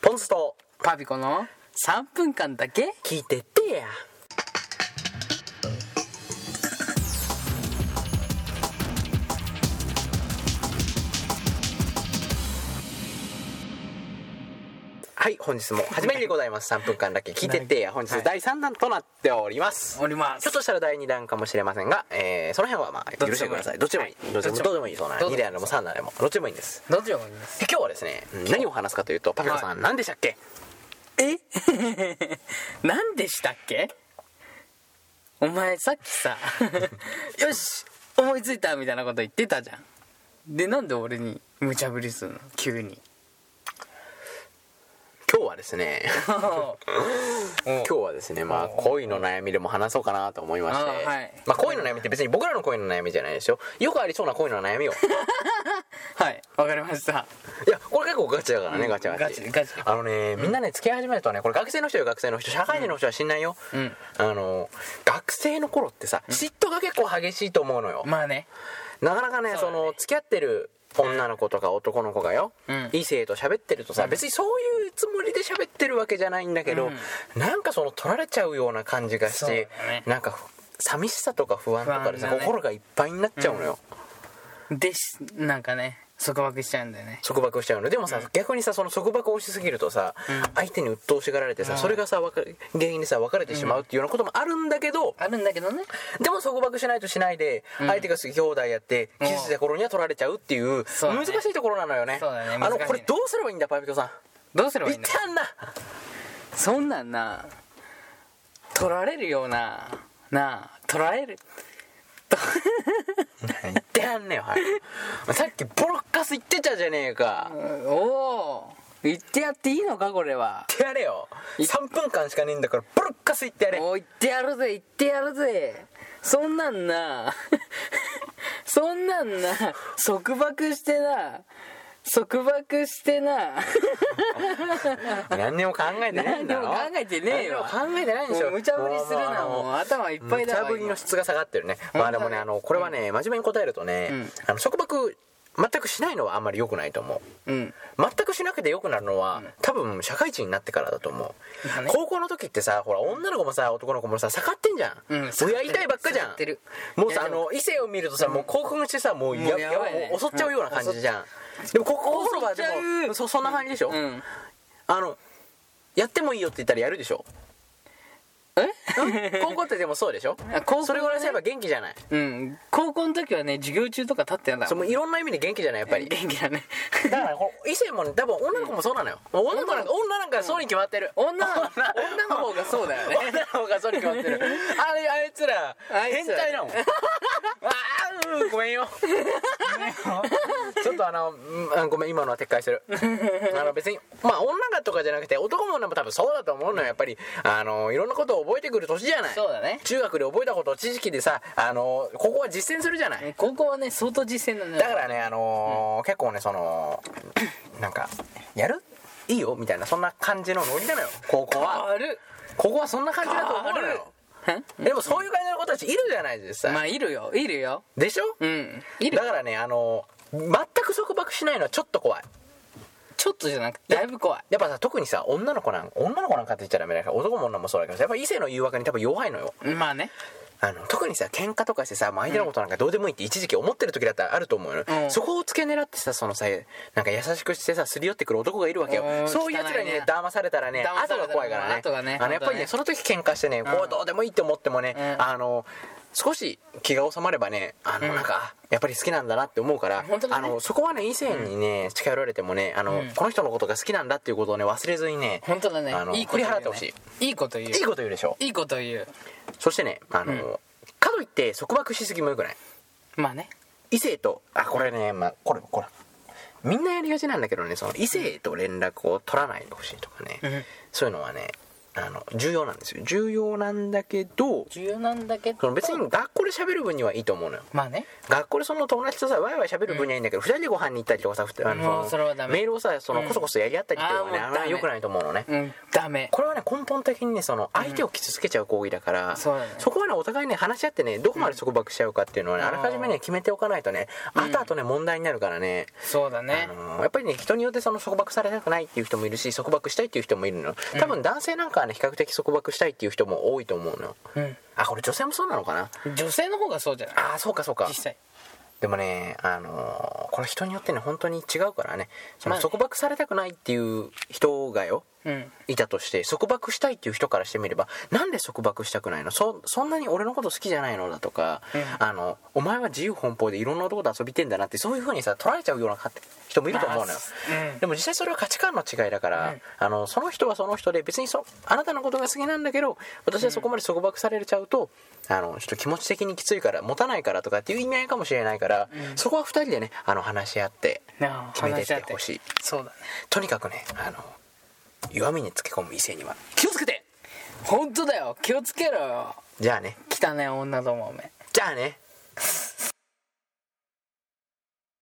ポン酢とパピコの3分間だけ聞いてってやはい本日も始まりでございます3分間だけ聞いてってや本日第3弾となっておりますおりますひょっとしたら第2弾かもしれませんが、えーその辺はまあどっ許しちてでくもいださいいどっちでもいいはいどっちでもどっちでもどうでもいいそうなどう2でもいい弾でも3弾でもどっちでもいいんですどっちでもいいですで今日はですね何を話すかというとパピコさん何でしたっけえ 何でしたっけお前さっき さよし思いついたみたいなこと言ってたじゃんでなんで俺に無茶ぶりするの急 に今日はですねおう今日はですねまあ恋の悩みでも話そうかなと思いましてあはいまあ、恋の悩みって別に僕らの恋の悩みじゃないですよよくありそうな恋の悩み をはいわかりましたいやこれ結構ガチだからねうんガチガチガチガチあのねみんなね付き合い始めるとねこれ学生の人よ学生の人社会人の人は知んないよ、うんあの学生の頃ってさ嫉妬が結構激しいと思うのよ、まあねなかなかねそそうだねの付き合ってる女の子とか男の子がよ、うん異性と喋ってるとさ、別にそういうつもりで喋ってるわけじゃないんだけど、なんかその取られちゃうような感じがしそうだて、ねなんか寂しさとか不安とかでさ、不安だね心がいっぱいになっちゃうのよ、でしなんかね束縛しちゃうんだよね束縛しちゃうのでもさ、逆にさその束縛をしすぎるとさ、相手に鬱陶しがられてさ、それがさわか原因でさ別れてしまうっていうようなこともあるんだけど、あるんだけどねでも束縛しないとしないで相手が兄弟やってうんキスした頃には取られちゃうっていうそうだ難ねしいところなのよねそうだねあの難しいねこれどうすればいいんだパピコさどうすれんばいいいっんだたんなそんなんな取られるようななあ取られるいったんねよ、はい、さっきボロッカス言ってたじゃねえかおおー言ってやっていいのかこれは言ってやれよ3分間しかねえんだからボロッカス言ってやれおい言ってやるぜ言ってやるぜそんなんな そんなんな束縛してな束縛してな 何にも考えてないんだろ何にも考えてねえよ何にも考えてないんでしょもう無茶ぶりするなもう頭いっぱいだわ無茶ぶりの質が下がってるねまあでもねあのこれはね真面目に答えるとね、うんあの束縛全くしないのはあんまり良くないと思ううん全くしなくて良くなるのは、多分社会人になってからだと思う、まあね高校の時ってさほら女の子もさ男の子もさ下がってんじゃん、うん親痛いばっかじゃん下がってるもうさいあやでもの異性を見るとさ、もう興奮してさもうやもうやばいねもう襲っちゃうような感じじゃん、でもこここはで襲っちゃもそそんな感じでしょ、うんあのやってもいいよって言ったらやるでしょうん高校ってでもそうでしょあ高校ねそれぐらいすれば元気じゃないうん高校の時はね授業中とか立ってやんだそれもういろんな意味で元気じゃないやっぱり元気だね だからこう異性もね多分女の子もそうなのよ、女の子なんか女なんかそうに決まってる、 女の女の方がそうだよね女の方がそれ決まってるあれあいつらあい変つらね態だもんあーうんごめんよごめんよ ちょっとあのうんあごめん今のは撤回してるあの別にまあ女がとかじゃなくて男も女も多分そうだと思うのよやっぱりあのいろんなことを覚えてくる年じゃない そうだね中学で覚えたことを知識でさあのここは実践するじゃない高校はね相当実践なんだだからねあのー結構ねそのなんかやるいいよみたいなそんな感じのノリなのよ高校はあるここはそんな感じだと思うのよでもそういう感じの子たちいるじゃないですか、まあいるよいるよでしょ、うんいるだからねあの全く束縛しないのはちょっと怖いちょっとじゃなくてだいぶ怖いやっぱさ特にさ女の子なん女の子なんかって言っちゃダメだから男も女もそうだけどさやっぱ異性の誘惑に多分弱いのよまあねあの特にさ喧嘩とかしてさ、まあ、相手のことなんかどうでもいいって一時期思ってる時だったらあると思うよ、うんそこを付け狙ってさそのさなんか優しくしてさすり寄ってくる男がいるわけよ、うんそういうやつらにね汚いね騙されたらね騙された後らが怖いからね後がねあのやっぱり本当ねねその時喧嘩してねこうどうでもいいって思ってもね、うんあの少し気が収まればねあのなんか、やっぱり好きなんだなって思うから、本当あだねのそこはね以前にね近寄られてもねあの、この人のことが好きなんだっていうことをね忘れずにね本当だねあのいいこと言う振り払ねってほしいいこと言ういいこと言うでしょいいこと言うそしてねあの、かといって束縛しすぎもよくないまあね異性とあこれねまあこれこれみんなやりがちなんだけどねその異性と連絡を取らないでほしいとかね、うんそういうのはねあの重要なんですよ重要なんだけど重要なんだけそどの別に学校で喋る分にはいいと思うのよまあね学校でその友達とさワイワイ喋る分にはいいんだけど、二人でご飯に行ったりとかさふたあものうそれはダメメールをさそのコソコソやり合ったりっていうのはね、あーもうあんまり良くないと思うのね、うんダメこれはね根本的にねその相手を傷つけちゃう行為だから、そうだねこはねお互いね話し合ってねどこまで束縛しちゃうかっていうのはね、うんあらかじめね決めておかないとね後々ね問題になるからね、そうだねあのーやっぱりね人によってその束縛されたくないっていう人もいるし束縛したいっていう人もいるのよ多分男性なんかはね比較的束縛したいっていう人も多いと思うのようんあこれ女性もそうなのかな女性の方がそうじゃないあーそうかそうか実際でもねあのーこれ人によってね本当に違うからねそのまあね束縛されたくないっていう人がようんいたとして束縛したいっていう人からしてみればなんで束縛したくないのそそんなに俺のこと好きじゃないのだとか、うんあのお前は自由奔放でいろんな男と遊びてんだなってそういうふうにさ捉えちゃうようなか人もいると思うのよ、まあうんでも実際それは価値観の違いだから、うんあのその人はその人で別にそあなたのことが好きなんだけど私はそこまで束縛されちゃうと、あのちょっと気持ち的にきついから持たないからとかっていう意味合いかもしれないから、そこは2人でねあの話し合ってなあ決めて話し合っっててほしい。そうだねとにかくねあの弱みにつけ込む異性には気をつけて本当だよ気をつけろよじゃあね汚い女どもおめじゃあね